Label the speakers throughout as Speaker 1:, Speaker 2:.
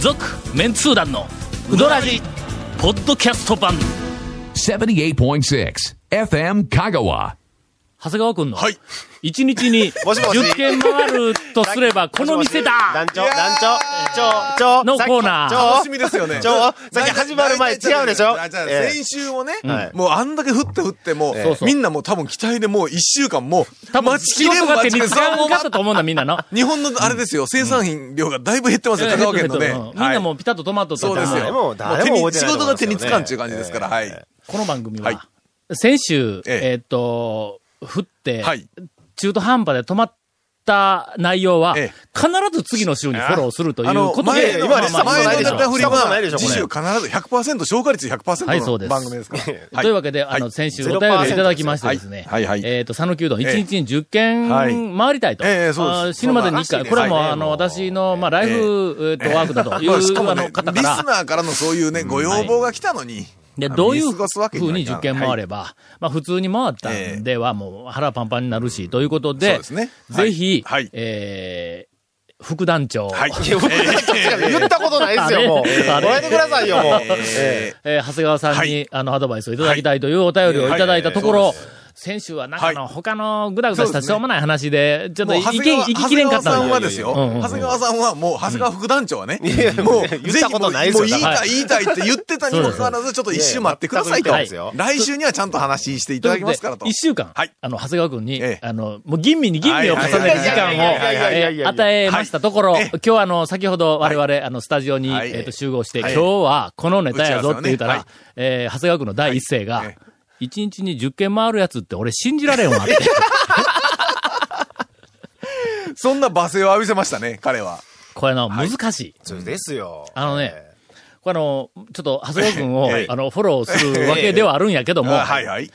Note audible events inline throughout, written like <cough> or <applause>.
Speaker 1: 続メンツー団のウドラジポッドキャスト版
Speaker 2: 78.6 FM Kagawa.
Speaker 1: 長谷川君の
Speaker 3: はい
Speaker 1: 一日に
Speaker 3: もしもし
Speaker 1: 10件回るとすればこの店だ
Speaker 4: 団長、団長、長、長、
Speaker 1: のコーナー
Speaker 3: 楽しみですよね。
Speaker 4: 長、さっき始まる前違うでしょ
Speaker 3: あじゃあ
Speaker 4: ええ
Speaker 3: 先週もね
Speaker 4: はい、
Speaker 3: もうあんだけ降って降って、も
Speaker 4: え
Speaker 3: う、みんなもう多分期待でもう一週間も
Speaker 1: 多
Speaker 3: う、
Speaker 1: 分
Speaker 3: 待ち
Speaker 1: 仕
Speaker 3: きれ
Speaker 1: 事
Speaker 3: ん
Speaker 1: が手
Speaker 3: 待ち
Speaker 1: に
Speaker 3: きれ
Speaker 1: つ
Speaker 3: ん
Speaker 1: かんかった
Speaker 3: そう
Speaker 1: と思うんだみんなの。
Speaker 3: 日本のあれですよ、生産量がだいぶ減ってますよ、香川県のね。
Speaker 1: うんみん
Speaker 3: は。
Speaker 1: ないもうピタッと止まっとったと
Speaker 3: そう
Speaker 1: 思
Speaker 3: ですよ。
Speaker 4: も
Speaker 3: も
Speaker 4: う
Speaker 3: う
Speaker 4: 誰も
Speaker 3: 手に
Speaker 4: 覚えて
Speaker 3: 仕
Speaker 4: ないと
Speaker 3: 事
Speaker 4: 思い
Speaker 3: が
Speaker 4: ます
Speaker 3: 手
Speaker 4: よね
Speaker 3: につかんっていう感じですから、はい。
Speaker 1: この番組は、
Speaker 3: はい
Speaker 1: 先週、
Speaker 3: ええ
Speaker 1: えーっと、降って、
Speaker 3: はい
Speaker 1: 中途半端で止まった内容は、
Speaker 3: ええ
Speaker 1: 必ず次の週にフォローするという
Speaker 3: あの
Speaker 1: こ、と
Speaker 3: 前
Speaker 1: で、
Speaker 3: の、
Speaker 4: 今まあ
Speaker 3: 前
Speaker 4: まあまあ
Speaker 3: のネタ振り
Speaker 4: したことな
Speaker 3: は、
Speaker 4: いでしょこ
Speaker 3: 次
Speaker 4: れ
Speaker 3: 週必ず100%、消化率
Speaker 1: はいそうです
Speaker 3: 100%の番組ですから。は
Speaker 1: というわけで、あ
Speaker 3: は
Speaker 1: の、
Speaker 3: い
Speaker 1: 先週
Speaker 4: 0%
Speaker 1: お便りをいただきましてですね。
Speaker 3: はいはいはい
Speaker 1: えっ、と、讃岐うどん、
Speaker 3: え
Speaker 1: 1日に10件
Speaker 3: はい
Speaker 1: 回りたいと。
Speaker 3: ええそうです
Speaker 1: あー死ぬまでに1回。
Speaker 4: 素晴らしいですね
Speaker 1: これはもう、
Speaker 4: はい
Speaker 1: あの、私の、まあ、ライフ、えっと、ワークだとい
Speaker 3: <laughs> まあし
Speaker 1: う、
Speaker 3: か
Speaker 1: あ
Speaker 3: も
Speaker 1: の、
Speaker 3: ね、
Speaker 1: 方か
Speaker 3: リス
Speaker 1: ら。
Speaker 3: ナーからのそういうね、ご要望が来たのに。
Speaker 1: で、
Speaker 3: あの
Speaker 1: どういう
Speaker 3: 見過ごすわけに
Speaker 1: ふう
Speaker 3: はい
Speaker 1: に
Speaker 3: かない
Speaker 1: 受験回れば、まあ普通に回ったんではもう腹パンパンになるし、ということで、
Speaker 3: そうですねはい
Speaker 1: ぜひ、
Speaker 3: はい
Speaker 1: えー副団長、
Speaker 3: はい。
Speaker 4: いや僕団長違う言ったことないですよ、もう。
Speaker 1: ええ
Speaker 4: ごめんくださいよ、もう。ええ
Speaker 3: <laughs> え
Speaker 1: えー長谷川さんに、
Speaker 3: はい
Speaker 1: あの、アドバイスをいただきたいというお便りをいただいたところ、
Speaker 3: はいえ
Speaker 1: 先週はなんかあの、
Speaker 3: は
Speaker 1: 他のぐだぐだした
Speaker 3: そうです
Speaker 1: し
Speaker 3: ね
Speaker 1: ょうもない話で、ちょっと
Speaker 3: もう
Speaker 1: 行
Speaker 3: 長
Speaker 1: き
Speaker 3: 谷川、
Speaker 1: 行ききれんかった
Speaker 3: 長谷川さんは
Speaker 1: ん
Speaker 3: で
Speaker 1: ですす
Speaker 3: よ。長谷川さんはもう、長谷川副団長はね、
Speaker 4: いや
Speaker 3: もう、
Speaker 4: いや
Speaker 3: ぜ
Speaker 4: 言った
Speaker 3: ひ
Speaker 4: こ
Speaker 3: も
Speaker 4: と
Speaker 3: う、
Speaker 4: ないです
Speaker 3: も
Speaker 4: よ
Speaker 3: う言い
Speaker 1: だから
Speaker 3: たい、言いたいって言ってたにもかかわらず、ちょっと一周待ってくださいと
Speaker 4: いやいや全く言って。
Speaker 3: 来週にはちゃんと話していただきますからと。
Speaker 1: 一週間、
Speaker 3: はい
Speaker 1: あの、長谷川君に、
Speaker 3: ええ
Speaker 1: あの、もう吟味に吟味を重ねる時間を、
Speaker 4: はいはいはいはいはいはいはいはいはい
Speaker 1: えー与えましたところ、
Speaker 3: はいええ
Speaker 1: 今日はあの、先ほど我々、あの、スタジオに、
Speaker 3: はい
Speaker 1: えっと、集合して、
Speaker 3: はい
Speaker 1: 今日はこのネタやぞって言ったら、
Speaker 3: 打ち合わ
Speaker 1: えー長谷川君の第一声が、
Speaker 3: はいええ
Speaker 1: 一日に10件回るやつって俺信じられんわって。
Speaker 3: そんな罵声を浴びせましたね、彼は。
Speaker 1: これの、難しい。
Speaker 4: そうですよ。
Speaker 1: あのね
Speaker 4: ええ、
Speaker 1: これあの、ちょっと、長谷川君を
Speaker 3: はい、
Speaker 1: あの、フォローするわけではあるんやけども、
Speaker 3: あはいはい。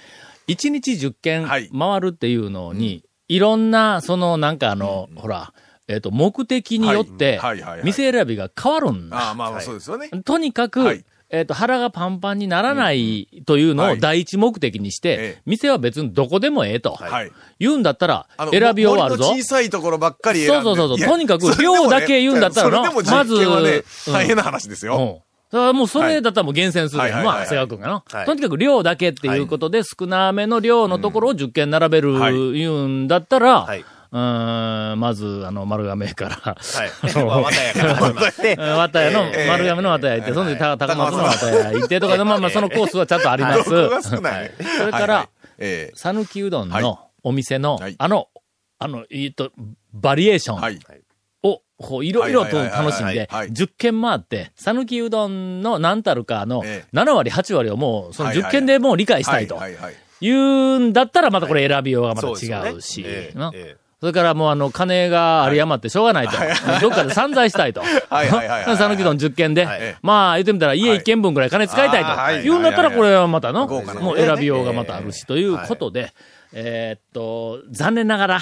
Speaker 1: 一日10件
Speaker 3: はい
Speaker 1: 回るっていうのに、いろんな、その、なんかあの、ほら、えっと、目的によって
Speaker 3: はいはいはいは、い
Speaker 1: 店選びが変わるん
Speaker 3: あ
Speaker 1: だ。
Speaker 3: あ、まあまあそうですよね。
Speaker 1: とにか
Speaker 3: は
Speaker 1: く
Speaker 3: い、
Speaker 1: えっと、腹がパンパンにならないというの
Speaker 3: は
Speaker 1: を
Speaker 3: い
Speaker 1: 第一目的にし
Speaker 3: え
Speaker 1: て
Speaker 3: え、
Speaker 1: 店は別にどこでもええと。
Speaker 3: はい。
Speaker 1: 言うんだったら
Speaker 3: あ、の
Speaker 1: 選び終わるぞ
Speaker 3: 森。の小さいところばっかり選んで
Speaker 1: そうそうそうそう
Speaker 3: いや
Speaker 1: とにかく
Speaker 3: それでもね
Speaker 1: 量だけ言うんだったらな
Speaker 3: それでも実験は
Speaker 1: ま
Speaker 3: ね、
Speaker 1: ずうん
Speaker 3: 大変な話ですよ。
Speaker 1: うん。だからもうそれだったらもう厳選するやん。
Speaker 3: はい
Speaker 1: まあ、
Speaker 3: はい
Speaker 1: 長
Speaker 3: は
Speaker 1: 谷川
Speaker 3: いはい
Speaker 1: くんがな、
Speaker 4: はい
Speaker 1: とにかく量だけっていうことで、少なめの量のところを10件並べる、、
Speaker 3: はいいう
Speaker 1: うんだったら、
Speaker 4: はいう
Speaker 1: ーん、まず、あの、丸亀から、
Speaker 4: はい。
Speaker 1: <laughs> あの
Speaker 4: わわたやから始まって。
Speaker 1: うん綿屋の、
Speaker 3: ええ
Speaker 1: 丸亀の綿屋行って、その時た高松の綿屋行ってとかで、まあまあ、そのコースはちゃんとあります。
Speaker 3: どこが少ないね。
Speaker 1: それから
Speaker 3: はいはい、ええ
Speaker 1: 讃岐うどん
Speaker 3: はい
Speaker 1: のお店の、
Speaker 3: はい
Speaker 1: あの、あの、えっと、バリエーション。
Speaker 3: はい。
Speaker 1: を、こう、いろいろと楽しん
Speaker 3: はいはいはい
Speaker 1: で、
Speaker 3: はい
Speaker 1: 10軒回って、讃岐うどんの何たるかの
Speaker 3: ええ
Speaker 1: 7割、8割をもう、その
Speaker 3: はいは
Speaker 1: 10
Speaker 3: い
Speaker 1: 軒でもう理解したいと。
Speaker 3: はいはいはい。
Speaker 1: 言うんだったら、またこれ選びようがまた
Speaker 4: そうですよね
Speaker 1: 違うし、
Speaker 4: ええ
Speaker 1: な
Speaker 4: ええ
Speaker 1: それからもうあの、金があり余ってしょうがないと。どっかで散財したいと。
Speaker 3: はいはい
Speaker 1: <laughs>
Speaker 3: はいはい
Speaker 1: 讃岐うどん10軒で、
Speaker 4: はい
Speaker 1: まあ、言ってみたら家1軒分ぐらい金使いたいと。
Speaker 3: あーはい
Speaker 1: 言うんだったらこれはまたの、
Speaker 3: 豪華な
Speaker 1: もう選びようがまたあるし、ということで、えーっと、残念ながら、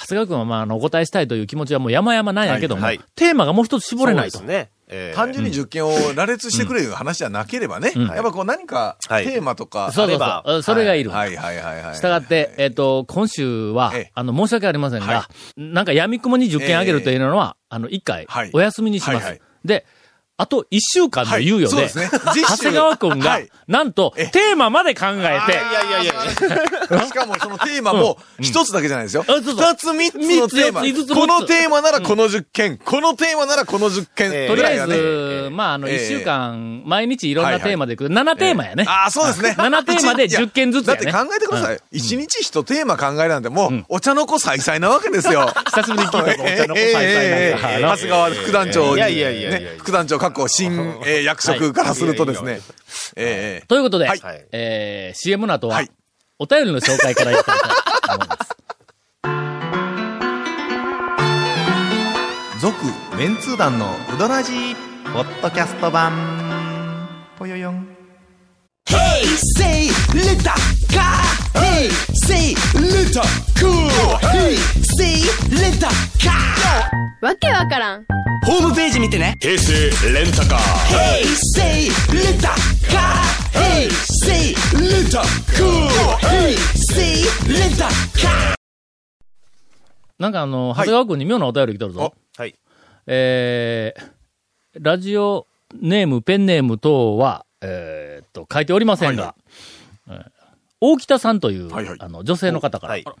Speaker 1: 長谷川君はまあ、あの、お答えしたいという気持ちはもう山々なんやけども、
Speaker 4: はいはい
Speaker 1: テーマがもう一つ絞れないと。
Speaker 4: そうですね。ええ
Speaker 3: 単純に受験を羅列してくれる話じゃなければね、やっぱこう何か
Speaker 4: はい
Speaker 3: テーマとか、
Speaker 1: そうそう
Speaker 4: あれば
Speaker 1: そううん。それがいる。
Speaker 3: はいはいはいはい。
Speaker 1: したがって、えっ、と、今週は
Speaker 3: ええ、
Speaker 1: あの、申し訳ありませんが、
Speaker 3: は
Speaker 1: なんか闇雲に10件あげるというのは、あの、1回
Speaker 3: はい、
Speaker 1: お休みにします。
Speaker 3: はいはい
Speaker 1: で、あと1週間の猶予で、
Speaker 3: はいそうですね実習
Speaker 1: <laughs> 長谷川くんが、
Speaker 3: はい
Speaker 1: なんと、
Speaker 3: え
Speaker 1: テーマまで考えて、
Speaker 4: いやいやいやいや。
Speaker 3: しかもそのテーマも一つだけじゃないですよ。
Speaker 1: うんうんあそうそう
Speaker 3: 二つ三つのテーマ。
Speaker 1: 三つ四つ五つ
Speaker 3: このテーマならこの10件、このテーマならこの10件。
Speaker 4: ええ
Speaker 1: とりあえ
Speaker 3: ぐらいがね
Speaker 1: ず、まあ、あの、
Speaker 3: ええ
Speaker 1: 1週間、毎日いろんなテーマでいく。7テーマやね。
Speaker 3: ああ、そ
Speaker 1: <laughs>
Speaker 3: うですね。
Speaker 1: 7テーマで
Speaker 3: <laughs> 一日
Speaker 1: 10件ずつやね
Speaker 3: だって考えてください。一日一テーマ考えなんてもう、お茶の子再々なわけで
Speaker 1: <laughs>
Speaker 3: すよ。
Speaker 1: 久しぶりに聞いたぞ、お茶の子
Speaker 3: ええ
Speaker 1: 再
Speaker 3: ええええ
Speaker 1: 々なんか。あの
Speaker 3: 長谷川副団長に、
Speaker 4: いやいやいやいやいや
Speaker 3: ね、副団長確保新、えー役職からするとですね、ええ
Speaker 1: ということで、
Speaker 3: はい
Speaker 1: えー、CM の後は、
Speaker 3: はい
Speaker 1: お便りの紹介からいきたいと思います。
Speaker 3: 続、
Speaker 5: メンツー団のウドラジーポッドキャスト版ぽよよん
Speaker 6: Hey, say, let car. Hey, say, let cool. Hey, say, let car.
Speaker 7: わけわからん
Speaker 6: ホームページ見てね。
Speaker 8: 平成レンタカー
Speaker 6: Hey, say, let car. Hey, say, let cool. Hey, say, let car.
Speaker 1: なんかあの、長谷川君に妙なお便り来とるぞ。
Speaker 4: はい。
Speaker 1: えー、ラジオネーム、ペンネーム等は、えーっと、書いておりませんが、えー大北さんという、
Speaker 3: はいはい
Speaker 1: あの、女性の方から、
Speaker 4: はい
Speaker 1: あら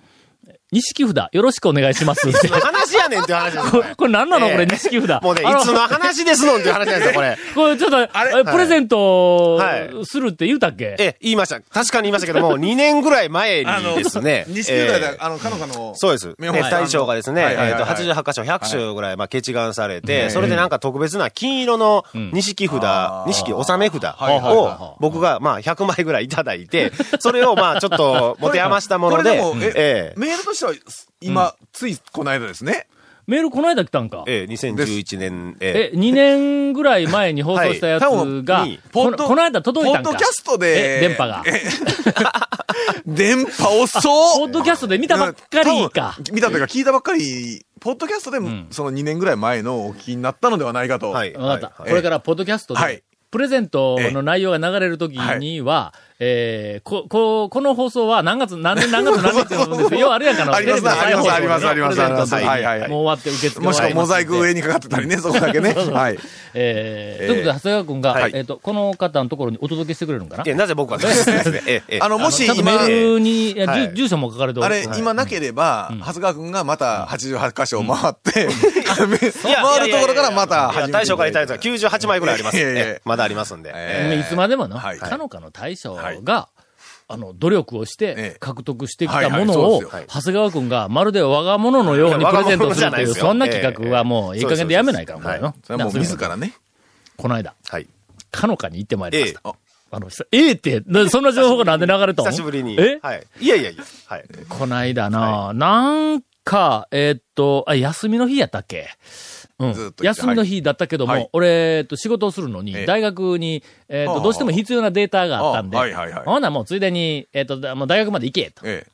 Speaker 1: 錦札、よろしくお願いし
Speaker 3: <laughs>
Speaker 1: ますって。
Speaker 4: 話やねんっていう話です
Speaker 1: こ
Speaker 4: よ
Speaker 1: れ、これ何なの、
Speaker 4: ええ
Speaker 1: これ、錦札。
Speaker 4: もうね、い
Speaker 1: あの
Speaker 4: つの話ですのんっていう話なんですよ、これ。
Speaker 1: これ、ちょっと、あ
Speaker 3: あれ
Speaker 1: れプレゼントを
Speaker 4: はい
Speaker 1: するって言うたっけ、
Speaker 4: ええ、言いました。確かに言いましたけども、2
Speaker 3: <laughs>
Speaker 4: 年ぐらい前
Speaker 3: あ
Speaker 4: にですね。
Speaker 3: 西九
Speaker 4: え
Speaker 3: 大
Speaker 4: え
Speaker 3: で、あの、かのかの。
Speaker 4: そうです。
Speaker 3: 名誉
Speaker 4: ね大将がですね、
Speaker 3: はいはい
Speaker 4: えっ
Speaker 3: はい
Speaker 4: と、
Speaker 3: はい
Speaker 4: 88箇所、100所ぐらい、まあ、ケチガンされ
Speaker 3: え
Speaker 4: て、
Speaker 3: え
Speaker 4: それでなんか特別な金色の
Speaker 1: ん
Speaker 4: 錦札
Speaker 3: あ、ー
Speaker 4: 錦納め札
Speaker 3: はいはいはい
Speaker 4: を
Speaker 3: は、
Speaker 4: 僕が、まあ、100枚ぐらいいただい
Speaker 3: <laughs>
Speaker 4: て、それを、まあ、ちょっと、持て余したもの
Speaker 3: これ
Speaker 4: で
Speaker 3: でも、
Speaker 4: ええ、
Speaker 3: メールとしては、今、ついこの間ですね。
Speaker 1: メールこの間来たんか。
Speaker 4: ええ、2011年、え
Speaker 1: え、2年ぐらい前に放送したやつ
Speaker 3: はい
Speaker 1: が、
Speaker 4: に
Speaker 1: こ
Speaker 3: ポッ
Speaker 1: の
Speaker 3: ド
Speaker 1: この間届いたんか。
Speaker 3: ポッドキャストで
Speaker 1: え電波が。
Speaker 3: 電波遅
Speaker 1: ポ
Speaker 3: そ
Speaker 1: ッドキャストで見たばっかりか。
Speaker 3: 見たというか聞いたばっかり、ポッドキャストで
Speaker 1: ん
Speaker 3: も、その2年ぐらい前のお聞きになったのではないかと。
Speaker 4: え、はい。
Speaker 1: わかった。
Speaker 4: はい
Speaker 1: これから、ポッドキャスト
Speaker 3: は
Speaker 1: で
Speaker 3: い、
Speaker 1: プレゼントの内容が流れるときには、えーこ、こ、この放送は何月、何年、何月、何日って言うんです
Speaker 3: <laughs>
Speaker 1: よ。要はあれやから、
Speaker 3: ありますね
Speaker 1: テレビの再放送
Speaker 3: ありますありますあります
Speaker 1: プレゼントの
Speaker 3: はいはいはい
Speaker 1: もう終わって受け付け
Speaker 3: もしくはモザイク上
Speaker 1: に。
Speaker 3: にかかってたりね、そこだけね。はい。
Speaker 1: えー
Speaker 3: え
Speaker 1: と
Speaker 3: ー
Speaker 1: いうことで、長谷川君が、
Speaker 4: はい
Speaker 1: えっ、と、この方のところにお届けしてくれるんかな
Speaker 4: ええ、なぜ僕はです
Speaker 3: <laughs>
Speaker 4: ね、ええええ、
Speaker 3: あの、もし
Speaker 1: ちゃんとメ
Speaker 3: 今、
Speaker 1: ールに、えー
Speaker 4: はい
Speaker 1: 住住所も書かれてお
Speaker 3: あれ、
Speaker 1: はい
Speaker 3: 今なければ、長谷川くんがまた88箇所回って、
Speaker 4: い
Speaker 3: <laughs>
Speaker 4: や
Speaker 3: 回るところからまた
Speaker 4: いや
Speaker 3: 始めていただいて
Speaker 4: 大将からいただいたら98枚ぐらいありますんで。
Speaker 3: いやいやいや
Speaker 4: ええまだありますんで。え
Speaker 3: えー
Speaker 1: いつまでもな、
Speaker 3: はい
Speaker 1: かのかの大将が、
Speaker 3: はい
Speaker 1: あの、努力をして
Speaker 3: ええ
Speaker 1: 獲得してき
Speaker 3: はい
Speaker 1: た
Speaker 3: は
Speaker 1: も
Speaker 3: い
Speaker 1: の
Speaker 3: そう
Speaker 1: を、
Speaker 3: ですよ
Speaker 4: はい
Speaker 1: 長谷川くんがまるで我が物のようにプレゼントすると、
Speaker 4: いや我が物じゃないいうですよ
Speaker 1: そんな企画はもう
Speaker 4: え
Speaker 1: い
Speaker 4: え
Speaker 1: い加減でやめないから、
Speaker 4: そう
Speaker 1: こ
Speaker 4: そう
Speaker 1: れ
Speaker 4: そう
Speaker 1: の。
Speaker 3: それはもう自らね。
Speaker 1: この間、
Speaker 4: えはい。
Speaker 1: かのかに行ってまいりました。
Speaker 4: え
Speaker 1: あの、久ええって、なそんな情報がなんで流れたの
Speaker 4: 久しぶりに。
Speaker 1: え、
Speaker 4: はい。いやいやいや。はい。
Speaker 1: こないだな、なんか、えーっと、あ、休みの日やったっけうん
Speaker 3: ずっ。と
Speaker 1: 休みの日だったけども、
Speaker 3: はい
Speaker 1: 俺、えーっと、仕事をするのに、
Speaker 3: ええ
Speaker 1: 大学に、えーっ
Speaker 3: は
Speaker 1: と、
Speaker 3: あはあ
Speaker 1: どうしても必要なデータがあったんで、
Speaker 3: あはいはいはい
Speaker 1: ほんならもうついでに、えーっとだ、もう大学まで行け、と。
Speaker 3: え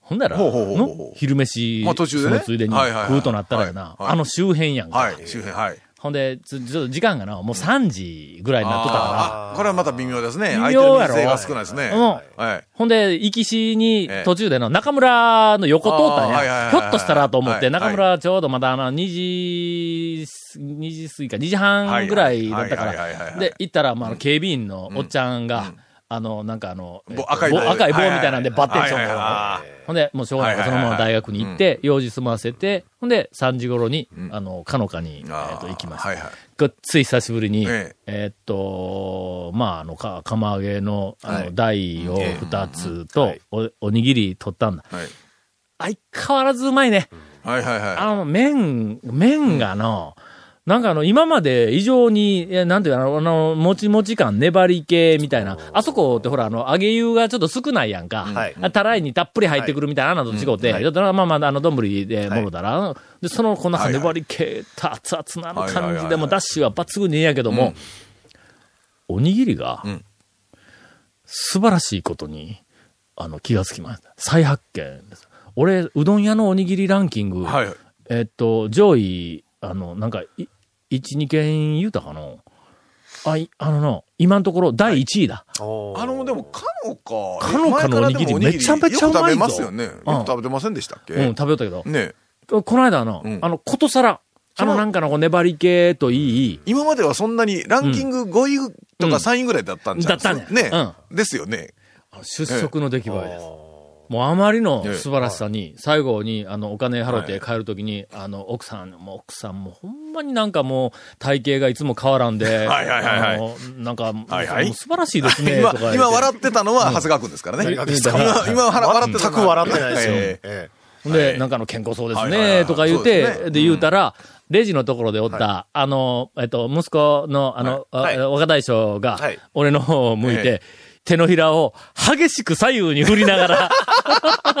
Speaker 1: ほんだら、
Speaker 3: ほうほうほうほう
Speaker 1: の昼飯、
Speaker 3: まあ途中で
Speaker 1: そ
Speaker 3: ね
Speaker 1: のついでに、
Speaker 3: はいはいはい
Speaker 1: 食うとなったらやな、
Speaker 3: はいはい
Speaker 1: あの周辺やん
Speaker 3: え。
Speaker 1: か。
Speaker 3: はい、周辺、はい。
Speaker 1: ほんで、つちょっと時間がな、もう3時ぐらいになっとったから、
Speaker 3: あーこれはまた微妙ですね。
Speaker 1: 微
Speaker 3: 相手
Speaker 1: 妙
Speaker 3: の
Speaker 1: やろ
Speaker 3: 水性が少ないですね。
Speaker 1: うん
Speaker 3: はい。
Speaker 1: ほんで、行きしに
Speaker 3: ええ
Speaker 1: 途中での中村の横通ったん
Speaker 3: あーはいはいはい
Speaker 1: や。
Speaker 3: はい
Speaker 1: ひょっとしたらと思って、
Speaker 3: はい
Speaker 1: 中村ちょうどまだあの、2時、2時過ぎか、2時半ぐらいだったか
Speaker 3: はいはいはいはいはい
Speaker 1: ら。
Speaker 3: はい
Speaker 1: で、行ったら、まああの、警備員のおっちゃん
Speaker 3: うんう
Speaker 1: が
Speaker 3: ん、
Speaker 1: あの、なんかあの、えっ
Speaker 3: ぼ
Speaker 1: と
Speaker 3: 赤い棒
Speaker 1: 棒赤い棒みたいなんで
Speaker 3: はいは
Speaker 1: バ
Speaker 3: い
Speaker 1: ッテンション
Speaker 3: はいはい
Speaker 1: が。
Speaker 3: あ
Speaker 1: ほんで、もうしょうがないからそのまま大学に行って、用事済ませて、ほんで、3時頃に、あの、かのかに、え
Speaker 3: あー
Speaker 1: っと、行きました。
Speaker 3: はいはい。
Speaker 1: がっつい久しぶりに、え
Speaker 3: え
Speaker 1: ーっと、まあ、あの、か、釜揚げの、あ
Speaker 4: は
Speaker 1: の、
Speaker 4: い
Speaker 1: 台を
Speaker 4: ええ
Speaker 1: 二つ
Speaker 4: うん
Speaker 1: と
Speaker 4: はい、
Speaker 1: お、おにぎり取ったんだ。
Speaker 3: はい。
Speaker 1: 相変わらずうまいね。
Speaker 3: はいはいはい。
Speaker 1: あの、麺、麺がの、なんかあの、今まで以上に、えなんていうの、あの、もちもち感、粘り系みたいな。あそこってほら、あの、揚げ油がちょっと少ないやんか。
Speaker 4: はい
Speaker 1: あたらいにたっぷり入ってくるみたいな、あんなと違うて。
Speaker 4: はい
Speaker 1: だからまあまあ、あの、丼でもろだら、で、その、こんな
Speaker 3: はいはい
Speaker 1: 粘り系、熱々なあの
Speaker 3: はい
Speaker 1: 感
Speaker 3: はい
Speaker 1: じ
Speaker 3: は
Speaker 1: で
Speaker 3: い
Speaker 1: も、ダッシュは抜群にいいんやけども、おにぎりが、
Speaker 3: うん
Speaker 1: 素晴らしいことに、あの、気がつきました。再発見です。俺、うどん屋のおにぎりランキング、
Speaker 3: はい。
Speaker 1: えっと、上位、あの、なんか、い1、2件言うたかのあ、い、あのの、今のところ第1位だ。
Speaker 4: おー
Speaker 3: あの、でも、かのか。
Speaker 1: かのかのおにぎり
Speaker 3: 前からでも
Speaker 1: めちゃめちゃうまいぞ
Speaker 3: よく食べますよね。よく食べてませんでしたっけ
Speaker 1: うん、食べよったけど。
Speaker 3: ね
Speaker 1: この間の、
Speaker 3: うん
Speaker 1: あの、ことさら、あの、なんかのこう粘り系といい、
Speaker 3: 今まではそんなにランキング5位と
Speaker 1: うん
Speaker 3: か3位ぐらいだったんじゃないですか。
Speaker 1: だったね
Speaker 3: ですよね。
Speaker 1: あの出色の出来栄えです。もうあまりの素晴らしさに、最後に、あの、お金払って帰るときに、あの、奥さん、もう奥さんもほんまになんかもう、体型がいつも変わらんで、
Speaker 3: <laughs> はいはいはいはい
Speaker 1: あの、なんか、
Speaker 3: はいはい
Speaker 1: もう素晴らしいですね、と
Speaker 3: 今
Speaker 1: か言っ、て
Speaker 3: 今笑ってたのは長谷川くんですからね。今、今笑ってた
Speaker 4: 全く
Speaker 3: のは
Speaker 4: 笑ってないですよ。
Speaker 3: え
Speaker 4: え
Speaker 3: え
Speaker 4: え
Speaker 1: ほんで、
Speaker 3: はい
Speaker 1: なんかあの健康そうです
Speaker 3: はいはいは
Speaker 1: ね、
Speaker 3: い
Speaker 1: とか言う
Speaker 3: そうです
Speaker 1: て、
Speaker 3: ね
Speaker 1: で言うたら、レジのところでおった、あの、えっと、息子の、あの、あ
Speaker 4: はい
Speaker 1: 若大将が
Speaker 4: はい、
Speaker 1: 俺の方を向い
Speaker 3: え
Speaker 1: て、手のひらを激しく左右に振りなが
Speaker 3: <laughs>
Speaker 1: ら、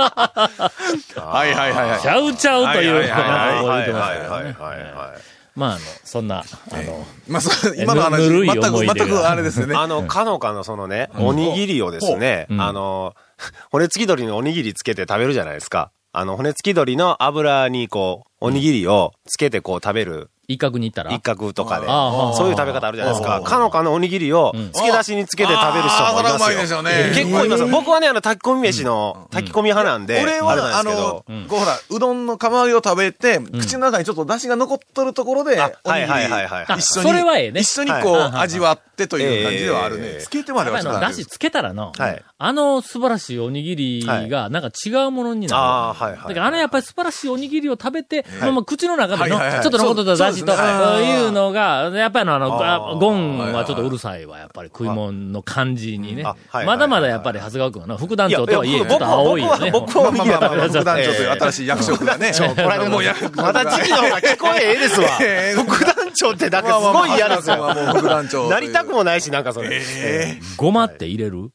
Speaker 3: はいはいはいはい
Speaker 1: ち。ゃうちゃうという、
Speaker 3: はいはいはい
Speaker 1: なんかこう言
Speaker 4: は
Speaker 1: ってますけど
Speaker 4: いはいはい
Speaker 1: ね。
Speaker 4: はいはい。
Speaker 1: まあ、あの、そんな、あの、
Speaker 3: まあ、そう今の
Speaker 1: ぬ
Speaker 3: 話、
Speaker 1: るい
Speaker 3: 全
Speaker 1: 思い出が
Speaker 3: く、全くあれですよね。
Speaker 4: あの、かのかのそのね、おにぎりをですね、
Speaker 1: ん
Speaker 4: あの、 <laughs> 骨付き鳥のおにぎりつけて食べるじゃないですか。あの、骨付き鳥の油にこう、おにぎりをつけてこう食べる
Speaker 1: 一角に行ったら
Speaker 4: 一角とかで
Speaker 1: ああ。
Speaker 4: そういう食べ方あるじゃないです
Speaker 3: あ
Speaker 4: か。かのかのおにぎりを、漬け出しにつけて食べる人もい
Speaker 3: あーそれはうまいで
Speaker 4: ま
Speaker 3: すすよ
Speaker 4: よ。
Speaker 3: ね
Speaker 4: 結構いますよ。僕はね、あの、炊き込み飯の、炊き込み派なんで、
Speaker 3: 俺
Speaker 4: あれ
Speaker 3: は、
Speaker 4: な
Speaker 3: あ
Speaker 4: んですけ
Speaker 3: の
Speaker 4: ど、、
Speaker 3: こうほら、うどんの釜揚げを食べて、口の中にちょっと出汁が残っとるところで、おに
Speaker 4: あは
Speaker 3: ぎ
Speaker 4: い
Speaker 3: り
Speaker 4: はいはいはいはい
Speaker 3: 一緒
Speaker 1: あ
Speaker 3: に、
Speaker 1: それはええね
Speaker 3: 一緒にこう、
Speaker 1: はい
Speaker 3: 味わってという感じではある
Speaker 4: え
Speaker 3: ね。
Speaker 4: え
Speaker 3: つけてまでは
Speaker 1: あ
Speaker 3: ちょっ
Speaker 1: の、
Speaker 3: と
Speaker 1: だしつけたらの、
Speaker 4: はい
Speaker 1: あの素晴らしいおにぎりが、なんか違うものにな
Speaker 4: ああ、
Speaker 1: る。
Speaker 4: はいはい。
Speaker 1: だからあのやっぱり素晴らしいおにぎりを食べて、まあまあ口の中での、
Speaker 3: はいはいはい
Speaker 1: ちょっと残ってただしと、
Speaker 3: そうそうですね
Speaker 1: あーいうのが、やっぱりあの、あの
Speaker 3: あ
Speaker 1: あ
Speaker 3: ー
Speaker 1: ゴンはちょっとうるさいわ、やっぱり食い物の感じにね
Speaker 4: あはいはいは。
Speaker 1: ま
Speaker 4: い
Speaker 1: だまだやっぱり長谷川くんはな、副団長とはいえ、ちょっ
Speaker 4: 僕
Speaker 1: と青いよ
Speaker 4: は、
Speaker 1: ね。
Speaker 4: 僕はおに
Speaker 3: まあ
Speaker 4: ぎり
Speaker 3: まあ
Speaker 4: は
Speaker 3: まあ
Speaker 4: 食
Speaker 3: まあ、
Speaker 4: べ
Speaker 3: 副団長という
Speaker 4: ええ
Speaker 3: 新しい役職がね。 <laughs> もう役職
Speaker 4: まだ時期の方が聞こえええですわ。副団長ってなんかすごい嫌です
Speaker 3: まあまあまあまあまあもう副団長
Speaker 4: よ。なりたくもないし、なんかそれ。
Speaker 3: ええ
Speaker 1: ごまって入れる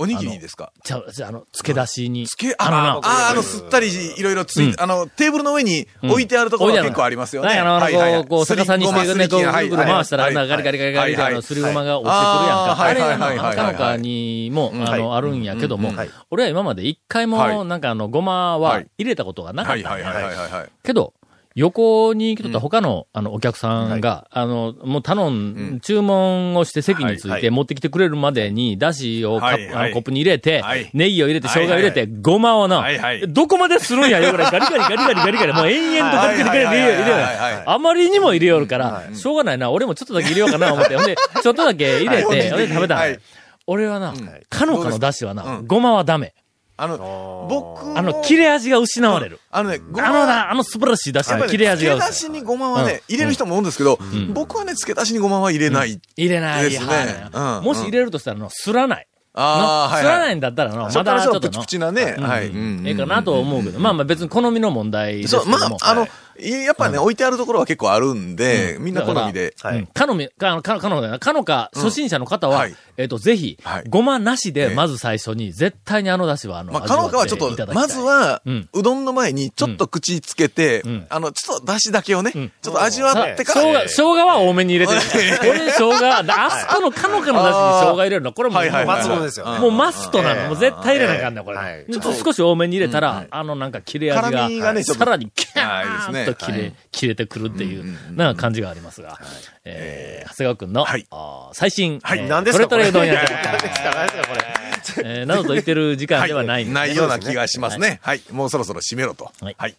Speaker 3: おにぎりにですか
Speaker 1: ちゃう、ちゃうあの、漬け出しに。
Speaker 3: つけ、
Speaker 1: あ
Speaker 3: あ
Speaker 1: のな
Speaker 3: の、ああの、すったりいろいろついて、あの、テーブルの上に置いてあるところが結構ありますよね。
Speaker 1: なんかあの、こう、こう、逆さにして、ね、こう、ぐるぐる回したら、あんなガリガリガリガリで、あの、すりごまが落ちてくるやんか。あ
Speaker 3: はい
Speaker 1: れ
Speaker 3: はい
Speaker 1: が、
Speaker 3: はい
Speaker 1: まあ
Speaker 3: はい
Speaker 1: か
Speaker 3: は
Speaker 1: の
Speaker 3: い
Speaker 1: かにも、あの、あるんやけども
Speaker 4: うんはい、
Speaker 1: 俺は今まで一回
Speaker 3: は
Speaker 1: も、
Speaker 3: い
Speaker 1: なんかあの、ごまは
Speaker 3: は
Speaker 1: 入れたことがなか
Speaker 3: は
Speaker 1: っ
Speaker 3: い
Speaker 1: た
Speaker 3: は
Speaker 1: ん
Speaker 3: い
Speaker 1: や。
Speaker 3: はいはいはい。
Speaker 1: けど、横に来とった他の、あの、お客さんが、あの、もう頼ん、注文をして席につ
Speaker 4: はいいは
Speaker 1: て
Speaker 4: い
Speaker 1: 持ってきてくれるまでに、だしをカップ
Speaker 3: はい
Speaker 1: あ
Speaker 3: はい
Speaker 1: のコップに入れて
Speaker 3: はい、
Speaker 1: ネギを入れて、生姜を入れ
Speaker 3: は
Speaker 1: て、ごまをな
Speaker 3: はいはい、
Speaker 1: どこまでするんや、いうぐらいガリガリガリガリガリガリ、もう延々とガリガリガリガリ入れよ
Speaker 3: はいはいはいはいはいはい
Speaker 1: あまりにも入れよるから、しょうがないな、俺もちょっとだけ入れようかな、思って。ほんで、ちょっとだけ入れ
Speaker 3: はい
Speaker 1: て、ほんで食べた
Speaker 3: はい。
Speaker 1: 俺はな、かのかのだしはな
Speaker 3: う、ん
Speaker 1: ごまはダメ。
Speaker 3: あの、僕も
Speaker 1: あの、切れ味が失われる。
Speaker 3: あのね、ご
Speaker 1: あのな、あの素晴らしいだし
Speaker 3: やっ
Speaker 1: は
Speaker 3: ぱりね
Speaker 1: 切れ味が
Speaker 3: 漬け
Speaker 1: 失
Speaker 3: 出
Speaker 1: せ
Speaker 3: しにごまはね、入れる人も多いんですけど、僕はね、漬け出しにごまは入れない。
Speaker 1: 入れない
Speaker 3: ですね
Speaker 1: はい
Speaker 3: うん
Speaker 1: もし入れるとしたらの、すらない。
Speaker 3: あ
Speaker 1: の
Speaker 3: あ、はい。
Speaker 1: すらない
Speaker 3: い。
Speaker 1: んだったらの、ま
Speaker 3: ま
Speaker 1: だ
Speaker 3: だ
Speaker 1: ち
Speaker 3: ち
Speaker 1: ょ
Speaker 3: ょ
Speaker 1: っとの
Speaker 3: っとプチプチなね、はい。うん
Speaker 1: ええかなと思うけど、まあまあ別に好みの問題ですけ
Speaker 3: そう、
Speaker 1: ども。
Speaker 3: まあ、
Speaker 1: は
Speaker 3: あの
Speaker 1: い、
Speaker 3: いやっぱね、置いてあるところは結構あるんで、みんな好みで。
Speaker 1: だからうんかのみ、かの、かの、かのか、かのか、初心者の方
Speaker 3: うん
Speaker 1: は
Speaker 3: はい、
Speaker 1: えっと、ぜひ
Speaker 3: はい、
Speaker 1: ごまなし
Speaker 3: え
Speaker 1: で、
Speaker 3: え
Speaker 1: まず最初に、絶対にあの出汁は、あの、
Speaker 3: まあ、かのかはちょ
Speaker 1: 味わ
Speaker 3: っと
Speaker 1: ていただ、きたい
Speaker 3: まず、は
Speaker 1: うん、
Speaker 3: うどんの前にちょっと口つけて
Speaker 1: ん、
Speaker 3: あの、ちょっと出汁だけをね、ち
Speaker 1: ん
Speaker 3: ょっと味わってか
Speaker 1: さ生姜、
Speaker 3: ら、
Speaker 1: 生姜は多めに入れ
Speaker 3: <laughs>
Speaker 1: てる。俺、生姜、あそこのかのかの出汁に生姜入れるの、これもう、
Speaker 3: はいはいはい
Speaker 4: 抜群ですよね。
Speaker 1: もうマストな
Speaker 4: え
Speaker 1: の。
Speaker 4: え
Speaker 1: もう絶対入れなあかんねこ
Speaker 4: は
Speaker 1: れ
Speaker 4: い。
Speaker 1: ちょっと少し多めに入れたら、あの、なんか切れ味
Speaker 3: 辛みが
Speaker 1: が、
Speaker 3: ねちょっと
Speaker 1: さらにキャ
Speaker 3: あーいい
Speaker 1: ーン
Speaker 3: で
Speaker 1: と
Speaker 3: す
Speaker 1: 切
Speaker 3: ね
Speaker 1: れ、切れてくるっていう、なんか感じがありますが、えー、長谷川くんの
Speaker 3: はい、
Speaker 1: あー最新、
Speaker 3: はい
Speaker 1: えー
Speaker 4: 何です
Speaker 1: ト
Speaker 4: か
Speaker 1: レト
Speaker 4: これ <laughs>
Speaker 1: レうどん屋
Speaker 4: いや何ですか何ですかこれ。
Speaker 1: えーなどと言ってる時間ではないんですね
Speaker 3: ないような気がしますね。はい。もうそろそろ締めろと。
Speaker 1: はい
Speaker 3: はい。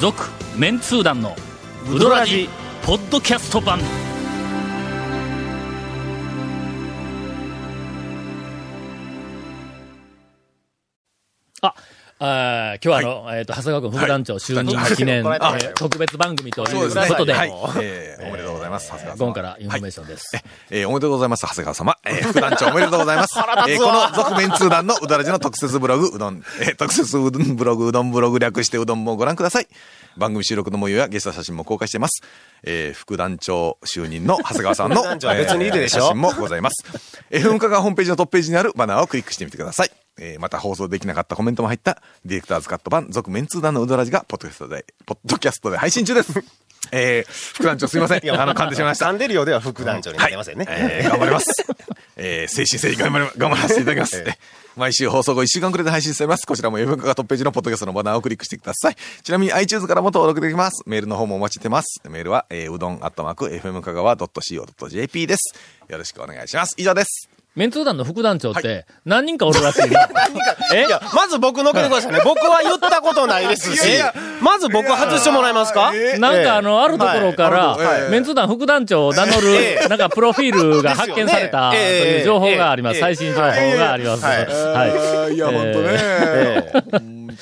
Speaker 1: 続メンツー団のウドラジポッドキャスト版ああー今日はあの、えっ、と、長谷川君副団長就任記念、
Speaker 4: はいはい
Speaker 1: えー特別番組とい
Speaker 3: そう
Speaker 1: う
Speaker 3: ですね。
Speaker 1: ことで、
Speaker 3: はい。えーおめでとうございます。長谷川様
Speaker 1: ゴンからインフォメーションです。
Speaker 3: えーおめでとうございます、長谷川様。
Speaker 4: <laughs>
Speaker 3: えー副団長おめでとうございます。えーこの続面通談のうどらじの特設ブログ、うどん、えー特設うどんブログ、うどんブログ略してうどんもご覧ください。番組収録の模様やゲスト写真も公開しています。えー副団長就任の長谷川さんの
Speaker 4: 副団長は別にいいでしょ
Speaker 3: えー写真もございます。FM カがホームページのトップページにあるバナーをクリックしてみてください。えーまた放送できなかったコメントも入ったディレクターズカット版続面通談のうどらじがポッドキャストで、ポッドキャストで配信中です。えー副団長すいません。あの、噛んでしまいました。
Speaker 4: サンデリオでは副団長になりますよね。
Speaker 3: えー頑張ります。えー、精神性頑張り、頑張らせていただき
Speaker 4: <laughs>
Speaker 3: ます。えー毎週放送後1週間くらいで配信されます。こちらも A 文化がトップページのポッドキャストのバナーをクリックしてください。ちなみに iTunes からも登録できます。メールの方もお待ちしてます。メールは、えーうどんアットマーク FM 香川 .co.jp です。よろしくお願いします。以上です。
Speaker 1: メンツー団の副団長って何人かおるらしいな。え
Speaker 4: いや、まず僕の件です
Speaker 3: <laughs>
Speaker 4: よね。僕は言ったことないですし
Speaker 3: いやいや、
Speaker 4: まず僕外してもらえますか
Speaker 3: え
Speaker 1: <laughs> なんかあの、あるところか
Speaker 3: あるところ
Speaker 1: ら、
Speaker 3: ええ
Speaker 1: メンツ団副団長を名乗
Speaker 4: え
Speaker 1: <laughs> る、なんかプロフィールが
Speaker 4: です
Speaker 1: 発
Speaker 4: よね
Speaker 1: 見されたと
Speaker 4: ええ
Speaker 1: いう情報がありま
Speaker 4: え
Speaker 1: す。
Speaker 4: え
Speaker 1: 最新情報があります。
Speaker 4: はい
Speaker 1: はい。
Speaker 3: いや、
Speaker 1: ほんとね
Speaker 3: ね。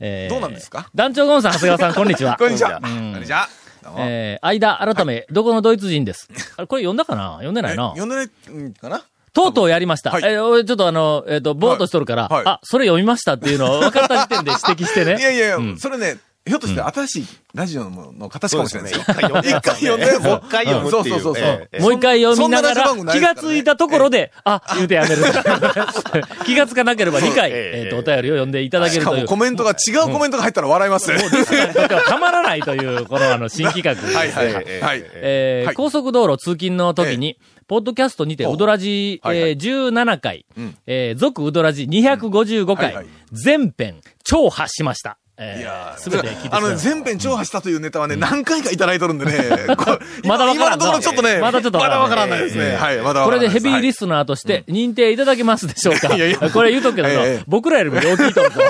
Speaker 1: えー
Speaker 3: どうなんですか
Speaker 1: 団長ゴンさん、長谷川さん、こんにちは。
Speaker 3: <laughs> こんにちは。
Speaker 4: こ
Speaker 3: こんにちは。どうも
Speaker 1: えー、間、改め、どこのドイツ人です。あれこれ読んだかな読んでな
Speaker 3: え
Speaker 1: いな。
Speaker 3: 呼んでないんかな
Speaker 1: とうとうやりました。
Speaker 3: はい
Speaker 1: えー俺ちょっとあの、えっ、と、ぼーっとしとるから、
Speaker 3: はいはい
Speaker 1: あ、それ読みましたっていうのを分かった時点で指摘して
Speaker 3: <laughs>
Speaker 1: ね。
Speaker 3: いやいやいや、それね、ひょっとして新しいラジオの形かもしれないですよ。
Speaker 4: そうですよ
Speaker 3: 一
Speaker 4: ね
Speaker 3: 回読んで、
Speaker 4: もう一回読むってい
Speaker 3: そうそう
Speaker 4: う
Speaker 3: そうそう
Speaker 4: ええ
Speaker 1: もう一回読みながら、
Speaker 3: そんな
Speaker 1: 気が
Speaker 3: ラジオ番組ないですからね
Speaker 1: ついたところで、あ、言うてやめる。 <laughs> 気がつかなければ2回、
Speaker 4: え
Speaker 1: え
Speaker 4: え
Speaker 1: っ、と、お便りを読んでいただけ
Speaker 3: し
Speaker 1: る
Speaker 3: か
Speaker 1: とい
Speaker 3: も
Speaker 1: う。
Speaker 3: コメントが違うコメントが入ったら笑います。はい
Speaker 1: とってはたまらないという、このあの、新企画。
Speaker 3: <laughs> はいは
Speaker 4: え
Speaker 3: い。
Speaker 4: え
Speaker 3: はい。
Speaker 1: えー
Speaker 3: はい
Speaker 1: 高速道路通勤の時に、ポッドキャストにて、
Speaker 3: お
Speaker 1: ウドラジ、
Speaker 3: はいは
Speaker 1: えー、
Speaker 3: い
Speaker 1: 17回、
Speaker 3: ん
Speaker 1: えー、続ウドラジ255回、
Speaker 3: うんはいはい
Speaker 1: 全編、超破しました。え
Speaker 3: いや
Speaker 1: ー、
Speaker 3: ー
Speaker 1: すべて聞いてくだ
Speaker 3: あ
Speaker 1: さ
Speaker 3: の、
Speaker 1: い。
Speaker 3: 全編超破したというネタはね、何回かいただいとるんでね、こう今
Speaker 1: まだわからんな
Speaker 3: 今のところちょっとね、
Speaker 1: まだちょっとわ
Speaker 3: ま
Speaker 1: からん
Speaker 3: だわからないで
Speaker 1: え
Speaker 3: すね。
Speaker 1: え
Speaker 3: はい、まだわ
Speaker 1: こ
Speaker 3: から
Speaker 1: れ
Speaker 3: な
Speaker 1: でヘ
Speaker 3: いす
Speaker 1: ビーリスナーとして認定いただけますでしょうか、
Speaker 3: いやいや
Speaker 1: これ言うとくけどな、
Speaker 3: ええ
Speaker 1: 僕らよりもよう聞い
Speaker 3: <laughs>
Speaker 1: とるぞ。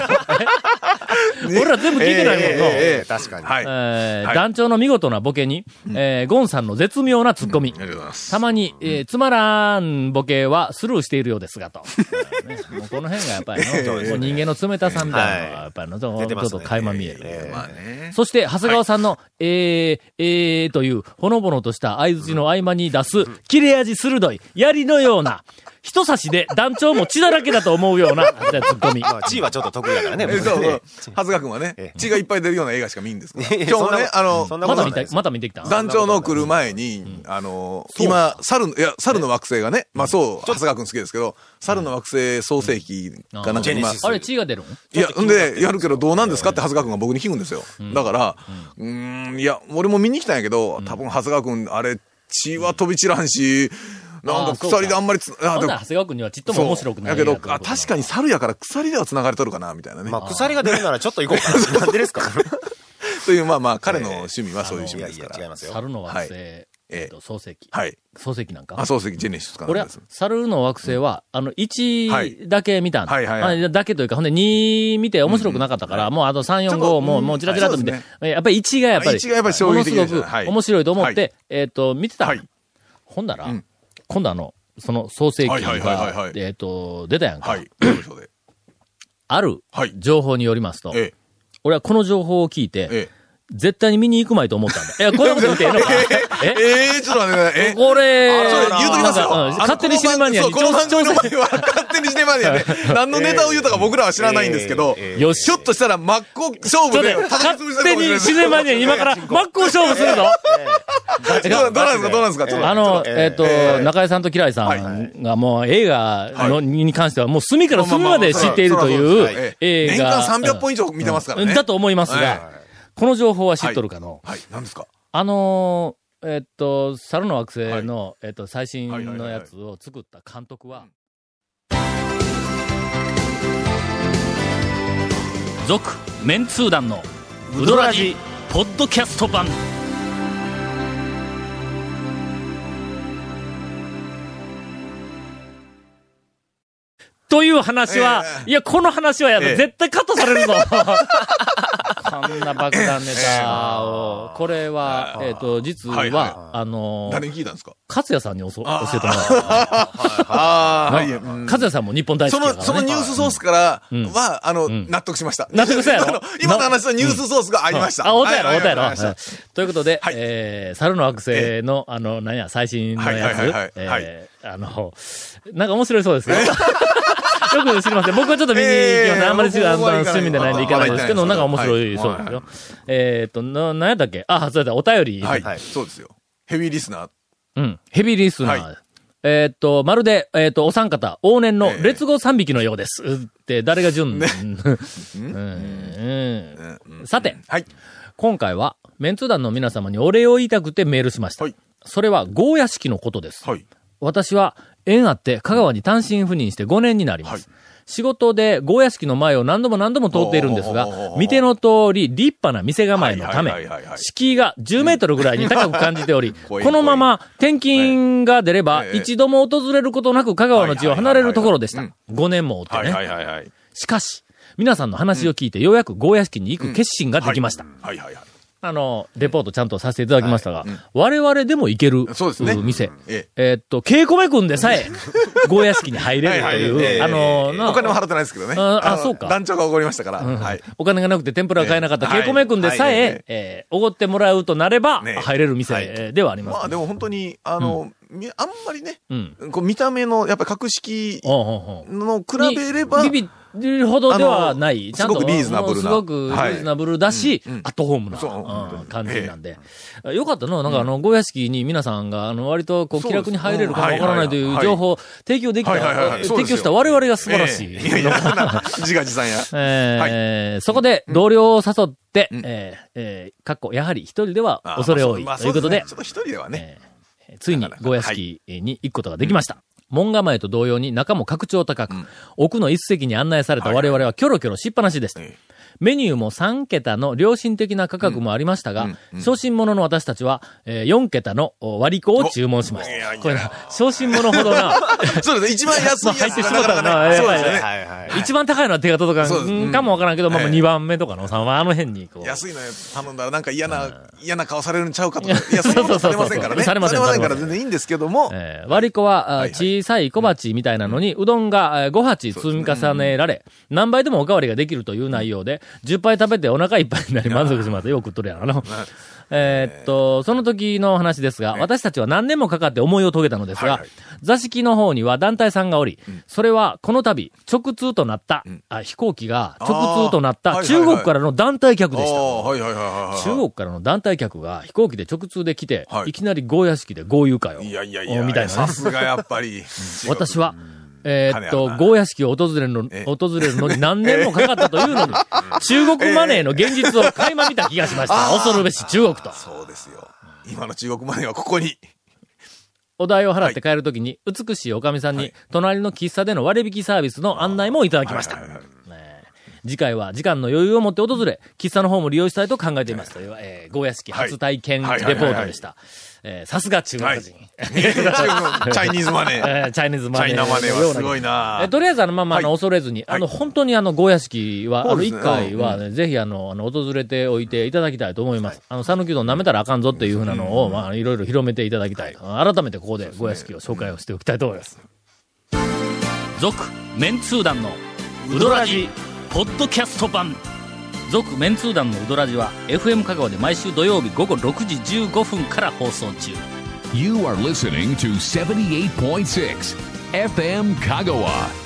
Speaker 1: 俺ら全部聞いてないもんの。
Speaker 3: ええええええ
Speaker 4: ええ確かに。
Speaker 3: はい。はい。あ
Speaker 1: えー
Speaker 3: はい
Speaker 1: 団長の見事なボケに、えーゴンさんの絶妙なツッコミ。
Speaker 3: りがとうございます。
Speaker 1: たまに、えーつまらんボケはスルーしているようですが、
Speaker 3: <laughs>
Speaker 1: と。ねもうこの辺がやっぱりの、もう人間の冷たさみたいなのが、やっぱりの、ちょ
Speaker 4: 出てます
Speaker 1: っ
Speaker 4: ね
Speaker 1: と垣間見える。
Speaker 3: まあね。
Speaker 1: そして、長谷川さんの、えー、えーという、ほのぼのとした合図の合間に出す、切れ味鋭い、槍のよう
Speaker 3: <laughs>
Speaker 1: な、人差しで団長も血だらけだと思うような、じゃあツッコミ。
Speaker 4: まあ、地位はちょっと得意だからね。
Speaker 3: えそうそ
Speaker 4: 僕ね
Speaker 3: う。はずがくんはね
Speaker 4: ええ、
Speaker 3: 血がいっぱい出るような映画しか見んですから。
Speaker 4: <laughs> い
Speaker 3: <laughs>
Speaker 4: や
Speaker 3: 今日もね、
Speaker 4: そんな
Speaker 3: あの、
Speaker 4: そんなこ
Speaker 1: また
Speaker 4: と
Speaker 1: 見
Speaker 4: ないで
Speaker 1: た、
Speaker 4: す
Speaker 1: また見てきた
Speaker 3: 団長の来る前に、あの、今、猿の、いや、猿の惑星がね、まあそう、長谷川くん好きですけど、猿の惑星創世記がなん
Speaker 1: あ
Speaker 3: か
Speaker 1: ー
Speaker 3: 今、
Speaker 4: ジェネシス
Speaker 1: あれ、血が出るん
Speaker 3: いや、んで、やるけどどうなんですかって長谷川君が僕に聞くんですよ。だから、うーん、いや、俺も見に来たんやけど、多分長谷川君、あれ、血は飛び散らんし、なん
Speaker 1: あ
Speaker 3: か
Speaker 1: ーそうか
Speaker 3: 鎖であんまりつ、あ
Speaker 1: ほん
Speaker 3: で
Speaker 1: なら
Speaker 3: も
Speaker 1: 長谷川君にはちっとも面
Speaker 3: そ
Speaker 1: 白く
Speaker 3: う。
Speaker 1: ない
Speaker 3: やけど、あ、確かに猿やから鎖では繋がれとるかな、みたいなね。
Speaker 4: まあ、鎖が出るならちょっと行こうか
Speaker 3: <laughs>
Speaker 4: な。なんでですか
Speaker 3: という、まあまあ、彼の趣味はそういう趣味
Speaker 4: いや
Speaker 3: で
Speaker 4: い
Speaker 3: す
Speaker 4: や
Speaker 3: か、
Speaker 4: 違い
Speaker 3: ら。
Speaker 4: ますよ。
Speaker 1: 猿の惑星、
Speaker 3: は
Speaker 1: え
Speaker 3: え
Speaker 1: っと、漱石。
Speaker 3: はい。
Speaker 1: 漱石なんか
Speaker 3: あ、漱石、ジェネシスか
Speaker 1: 俺
Speaker 3: なん
Speaker 1: は
Speaker 3: かです、
Speaker 1: 猿の惑星は、あの、
Speaker 3: はい
Speaker 1: 1だけ見たんだ。
Speaker 3: はいはいはい
Speaker 1: あだけというか、ほんで2見て面白くなかったから、もうあと3、4、
Speaker 3: ちょっ
Speaker 1: 5、
Speaker 3: と
Speaker 1: もう、
Speaker 3: うん
Speaker 1: もうちらちらっと見て、
Speaker 3: はい
Speaker 1: やっぱり1がやっぱり、
Speaker 3: 一がやっぱり衝撃的
Speaker 1: もの
Speaker 3: ですし
Speaker 1: ご
Speaker 3: た
Speaker 1: く
Speaker 3: はい
Speaker 1: 面白いと思って、
Speaker 3: は
Speaker 1: えっ、と、見てた。
Speaker 3: はい
Speaker 1: ほんなら、
Speaker 3: うん
Speaker 1: 今度あの、その創世記が、
Speaker 3: はいはいはいはいはい
Speaker 1: えっ、と、出たやんか。
Speaker 3: はい。そうでしょうで
Speaker 1: ある
Speaker 3: はい
Speaker 1: 情報によりますと、
Speaker 3: ええ、
Speaker 1: 俺はこの情報を聞いて、
Speaker 3: え
Speaker 1: 絶対に見に行くまいと思
Speaker 3: <laughs>
Speaker 1: ったんだ。いや、こういうこと言ってええのか
Speaker 3: え。
Speaker 1: え
Speaker 3: ええ、ちょっと待ってください。え
Speaker 1: これ、
Speaker 3: そう言うときます
Speaker 1: なんかう
Speaker 3: よ。
Speaker 1: ん
Speaker 3: あの
Speaker 1: 勝手にシネマニアに
Speaker 3: この番そうこの <laughs> 番組の場合は、勝手にシネマニアで、何のネタを言うとか僕らは知らないんですけど、
Speaker 4: え
Speaker 1: よし
Speaker 3: ひょっとしたら真っ向勝 <laughs>
Speaker 1: ちょ
Speaker 3: 負
Speaker 1: っと
Speaker 3: で
Speaker 1: 待って
Speaker 3: 叩き潰して
Speaker 1: 勝
Speaker 3: る
Speaker 1: 手
Speaker 3: かもしれない
Speaker 1: に自然マニアに今から真っ向勝負するぞ <laughs>
Speaker 3: どうどうなんですかどうなんですかちょっと
Speaker 1: あの、えっ、と、
Speaker 3: ええ
Speaker 1: 中井さんと嫌いさんがもう映画の、
Speaker 3: はい
Speaker 1: に関してはもう隅から
Speaker 3: まあ
Speaker 1: 隅
Speaker 3: まあま
Speaker 1: ま
Speaker 3: あ
Speaker 1: で知っているとい
Speaker 3: そう
Speaker 1: う
Speaker 3: そうそうはい
Speaker 1: 映画。
Speaker 3: 年間300本以上見てますから
Speaker 1: うん
Speaker 3: ね。
Speaker 1: だと思いますが、
Speaker 3: はい
Speaker 1: この情報は知っとるかの。
Speaker 3: はい、何ですか
Speaker 1: あのーえっ、と、猿の惑星の、えっ、と、最新
Speaker 3: はいはい
Speaker 1: の
Speaker 3: はいはい
Speaker 1: やつを作った監督は、続、メンツー団の、ウドラジ、ポッドキャスト版。という話は、
Speaker 3: え
Speaker 1: いや、この話はやだ、
Speaker 3: ええ
Speaker 1: 絶対カットされるぞ。こんな爆弾ネタを、これは、えっ、と、実は、
Speaker 3: はいは
Speaker 1: あの
Speaker 3: 誰に聞いたんですか
Speaker 1: 勝也さんにおそ教
Speaker 3: あー
Speaker 1: えてもらった。
Speaker 3: ああ、はい。うん
Speaker 1: 勝也さんも日本大好
Speaker 3: そ
Speaker 1: きだから、ね。
Speaker 3: の、そのニュースソースから
Speaker 1: うん
Speaker 3: は、あの、
Speaker 1: ん
Speaker 3: 納得しました。
Speaker 1: 納得したやろ
Speaker 3: <laughs> あの今の話のニュースソースがありました。
Speaker 1: あ、おったやろ、
Speaker 3: は
Speaker 1: お
Speaker 3: い
Speaker 1: ったやろ。
Speaker 3: わ
Speaker 1: は
Speaker 3: か
Speaker 1: い
Speaker 3: りました
Speaker 1: ということで、
Speaker 3: はい
Speaker 1: えー、猿の惑星の、あの、何や、最新のやつ
Speaker 3: はいはいはいはい、
Speaker 1: えー、あの、なんか面白いそうですね。 <laughs> よく知りません。僕はちょっと見に行きません。
Speaker 3: えー
Speaker 1: あんまりしあの
Speaker 3: 僕は行かない
Speaker 1: 趣味でないんで行かないですけど、
Speaker 3: ま
Speaker 1: なん
Speaker 3: だ
Speaker 1: か面
Speaker 3: 行かない
Speaker 1: 白いそうですよ。えっと、な、何やったっけあ、そうやった、お便り。
Speaker 3: はい、そうですよ。ヘビーリスナー。
Speaker 1: うん。ヘビーリスナー。
Speaker 3: はい
Speaker 1: えーっと、まるで、えーっと、お三方、往年の劣後三匹のようです。うって、誰が順、うんうんさて、
Speaker 3: はい。
Speaker 1: 今回は、メンツ団の皆様にお礼を言いたくてメールしました。
Speaker 3: はい
Speaker 1: それは、ゴーヤ式のことです。
Speaker 3: はい。
Speaker 1: 私は、縁あって、香川に単身赴任して5年になります。
Speaker 3: は
Speaker 1: 仕事で、ゴーヤ式の前を何度も何度も通っているんですが
Speaker 3: おーおーおーお、ー
Speaker 1: 見ての通り、立派な店構えのため
Speaker 3: はいはいはいはいは、い
Speaker 1: 敷居が10メートルぐらいに高く感じており、こ
Speaker 3: <laughs> 怖い
Speaker 1: のまま転勤が出れば、
Speaker 3: ええ
Speaker 1: 一度も訪れることなく香川の地を離れるところでした
Speaker 3: はいは。
Speaker 1: 5年もおって
Speaker 3: はいは
Speaker 1: ね。
Speaker 3: いはいはい。
Speaker 1: しかし、皆さんの話を聞いて、ようやくゴーヤ式に行く決心ができました。
Speaker 3: はいはいはい。
Speaker 1: あの、レポートちゃんとさせていただきましたが、我々でも行ける、
Speaker 3: そうですね
Speaker 1: う店。
Speaker 3: え
Speaker 1: えーっと、稽古目くんでさ
Speaker 3: <laughs>
Speaker 1: え、ゴーヤ式に入れるという、
Speaker 3: はいはいええ
Speaker 1: あの、な
Speaker 3: お金も払ってないですけどね。
Speaker 1: ああ
Speaker 3: の
Speaker 1: そうか
Speaker 3: 団長がおごりましたから。はい。
Speaker 1: お金がなくて天ぷらが買えなかった
Speaker 3: ええ
Speaker 1: 稽古目くんでさ
Speaker 3: はいはい
Speaker 1: え、えーおごってもらうとなれば、
Speaker 3: ね
Speaker 1: 入れる店
Speaker 3: はい
Speaker 1: えーではあります。
Speaker 3: まあでも本当に、あの、みあんまりね、
Speaker 1: うん。
Speaker 3: こう見た目の、やっぱり格式
Speaker 1: おうおうおう
Speaker 3: の比べれば、
Speaker 1: にビビるほどではない。
Speaker 3: あの
Speaker 1: ちゃんと。
Speaker 3: すごくリーズナブルな
Speaker 1: すごくリーズナブルだし、
Speaker 3: はいうんうん
Speaker 1: アットホーム
Speaker 3: そう本
Speaker 1: な
Speaker 3: 当
Speaker 1: うん
Speaker 3: に
Speaker 1: 感じなんで。よかったのなんかあの、ゴーヤ式に皆さんが、あの、割とこう、
Speaker 3: そ
Speaker 1: 気
Speaker 3: うで
Speaker 1: 楽
Speaker 3: す
Speaker 1: に入れるかも
Speaker 3: う
Speaker 1: わ
Speaker 3: ん
Speaker 1: からないとい
Speaker 3: はいうはい
Speaker 1: 情報を提供できた、
Speaker 3: はいはいはいはいそう
Speaker 1: 提
Speaker 3: ですよ
Speaker 1: 供した我々が素晴らしい。
Speaker 3: ええいやいや、そんな自画自賛や。
Speaker 1: <laughs> えーそこで同僚を誘って、えーえーかっこ、やはり一人では
Speaker 3: あ
Speaker 1: 恐れ多い
Speaker 3: まあ
Speaker 1: ということで
Speaker 3: そ、うすねちょっと一人ではね。
Speaker 1: えーついにゴーヤ式に行くことができました。門構えと同様に中も格調高く、奥の一席に案内された我々はキョロキョロしっぱなしでした。
Speaker 3: ええ
Speaker 1: メニューも3桁の良心的な価格もありましたが、昇進者の私たちは、えー4桁の割り子を注文しまし
Speaker 3: おいやい
Speaker 1: た。
Speaker 3: や
Speaker 1: これな、昇進者ほど
Speaker 3: <laughs>
Speaker 1: な、
Speaker 3: そうですね、一番安いやつ
Speaker 1: 入ってしまったらなや
Speaker 3: ね
Speaker 1: っ
Speaker 3: そう
Speaker 1: ぱ
Speaker 3: で
Speaker 1: り
Speaker 3: す
Speaker 1: ね
Speaker 3: ね。
Speaker 4: はいはい。
Speaker 1: 一番高いのは手形とか、
Speaker 3: そうです
Speaker 1: う
Speaker 3: うんん
Speaker 1: かもわからんけど、まあまあ
Speaker 3: ええ
Speaker 1: 2番目とかの、3番あの辺にこう。
Speaker 3: 安いのやつ頼んだらなんか嫌な、嫌な顔されるんちゃうかとか。いや、そんな
Speaker 1: そ
Speaker 3: こ
Speaker 1: うそ
Speaker 3: とさ
Speaker 1: う
Speaker 3: れ
Speaker 1: そう
Speaker 3: ませんからね。
Speaker 1: されません
Speaker 3: されませんか
Speaker 1: されませ
Speaker 3: ら
Speaker 1: ん
Speaker 3: 全然いいんですけども。
Speaker 1: えー割り子は、あ
Speaker 3: はいはい
Speaker 1: 小さい小鉢みたいなのに、うどんがえー5鉢積み重ねられ、何杯でもおかわりができるという内容で、10杯食べてお腹いっぱいになり満足しますよく食っとるやろな。 <laughs> えーっと、その時の話ですが、私たちは何年もかかって思いを遂げたのですが、
Speaker 3: はいはい
Speaker 1: 座敷の方には団体さんがおり、それはこの度、直通となった、あ飛行機が直通となっ
Speaker 3: あー
Speaker 1: た
Speaker 3: はいはい
Speaker 1: 中
Speaker 3: はい
Speaker 1: 国からの団体客
Speaker 3: あ
Speaker 1: でした。
Speaker 3: あ、はいはいはいはいはい。
Speaker 1: 中国からの団体客が飛行機で直通で来て、
Speaker 3: はい
Speaker 1: い、きなり豪屋敷で豪遊会を。
Speaker 3: いやいやいや、
Speaker 1: みたいな
Speaker 3: さ
Speaker 1: ね。
Speaker 3: すがやっぱり。
Speaker 1: 私は、えーっ
Speaker 3: 金あ
Speaker 1: と
Speaker 3: る、な
Speaker 1: 豪屋敷を訪れるの
Speaker 3: え、
Speaker 1: 訪れるのに何年もかかったというの
Speaker 3: <laughs>
Speaker 1: に、中国マネーの現実を垣間見た気がしました。恐るべし中国と。
Speaker 3: そうですよ。今の中国マネーはここに。
Speaker 1: お代を払って帰るときに、美しいおかみさんに、隣の喫茶での割引サービスの案内もいただきました。ねえ次回は時間の余裕を持って訪れ、喫茶の方も利用したいと考えています。という、えー、ゴーヤ式初体験レポ
Speaker 3: はいはいはいはい
Speaker 1: ートでした。えーさすが中国人。
Speaker 3: <laughs> 中国のチャイニーズマネー。
Speaker 1: えーチャイニーズ
Speaker 3: チ
Speaker 1: マ
Speaker 3: ャ
Speaker 1: ネ
Speaker 3: イ
Speaker 1: ー
Speaker 3: ナ
Speaker 1: のような。
Speaker 3: マネーはすごいな
Speaker 1: えとりあえず、あの、まあまあ、あの、
Speaker 3: はい
Speaker 1: 恐れずに、あの、
Speaker 3: はい
Speaker 1: 本当に、あの、ゴーヤ式は、あの、
Speaker 3: そうで
Speaker 1: 一
Speaker 3: すね
Speaker 1: 回はね、ぜひ、あの、あの、訪れておいていただきたいと思います。あの、讃岐うどん舐めたらあかんぞっていうふうなのを、まあ、いろいろ広めていただきたい。改めてここで、ゴーヤ式を紹介をしておきたいと思います。続、メンツー団の、ウドラジ、ポッドキャスト版。続、メンツー団のウドラジは、FM 香川で毎週土曜日午後6時15分から放送中。
Speaker 2: You are listening to 78.6 FM Kagawa.